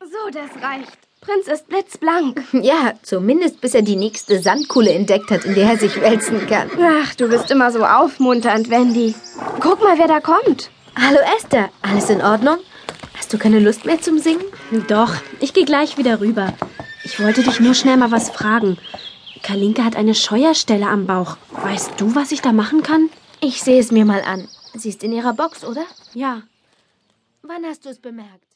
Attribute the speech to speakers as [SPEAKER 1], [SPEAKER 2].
[SPEAKER 1] So, das reicht. Prinz ist blitzblank.
[SPEAKER 2] Ja, zumindest bis er die nächste Sandkuhle entdeckt hat, in der er sich wälzen kann.
[SPEAKER 1] Ach, du bist immer so aufmunternd, Wendy. Guck mal, wer da kommt.
[SPEAKER 2] Hallo Esther, alles in Ordnung? Hast du keine Lust mehr zum Singen?
[SPEAKER 3] Doch, ich gehe gleich wieder rüber. Ich wollte dich nur schnell mal was fragen. Kalinka hat eine Scheuerstelle am Bauch. Weißt du, was ich da machen kann?
[SPEAKER 2] Ich sehe es mir mal an. Sie ist in ihrer Box, oder?
[SPEAKER 3] Ja,
[SPEAKER 2] Wann hast du es bemerkt?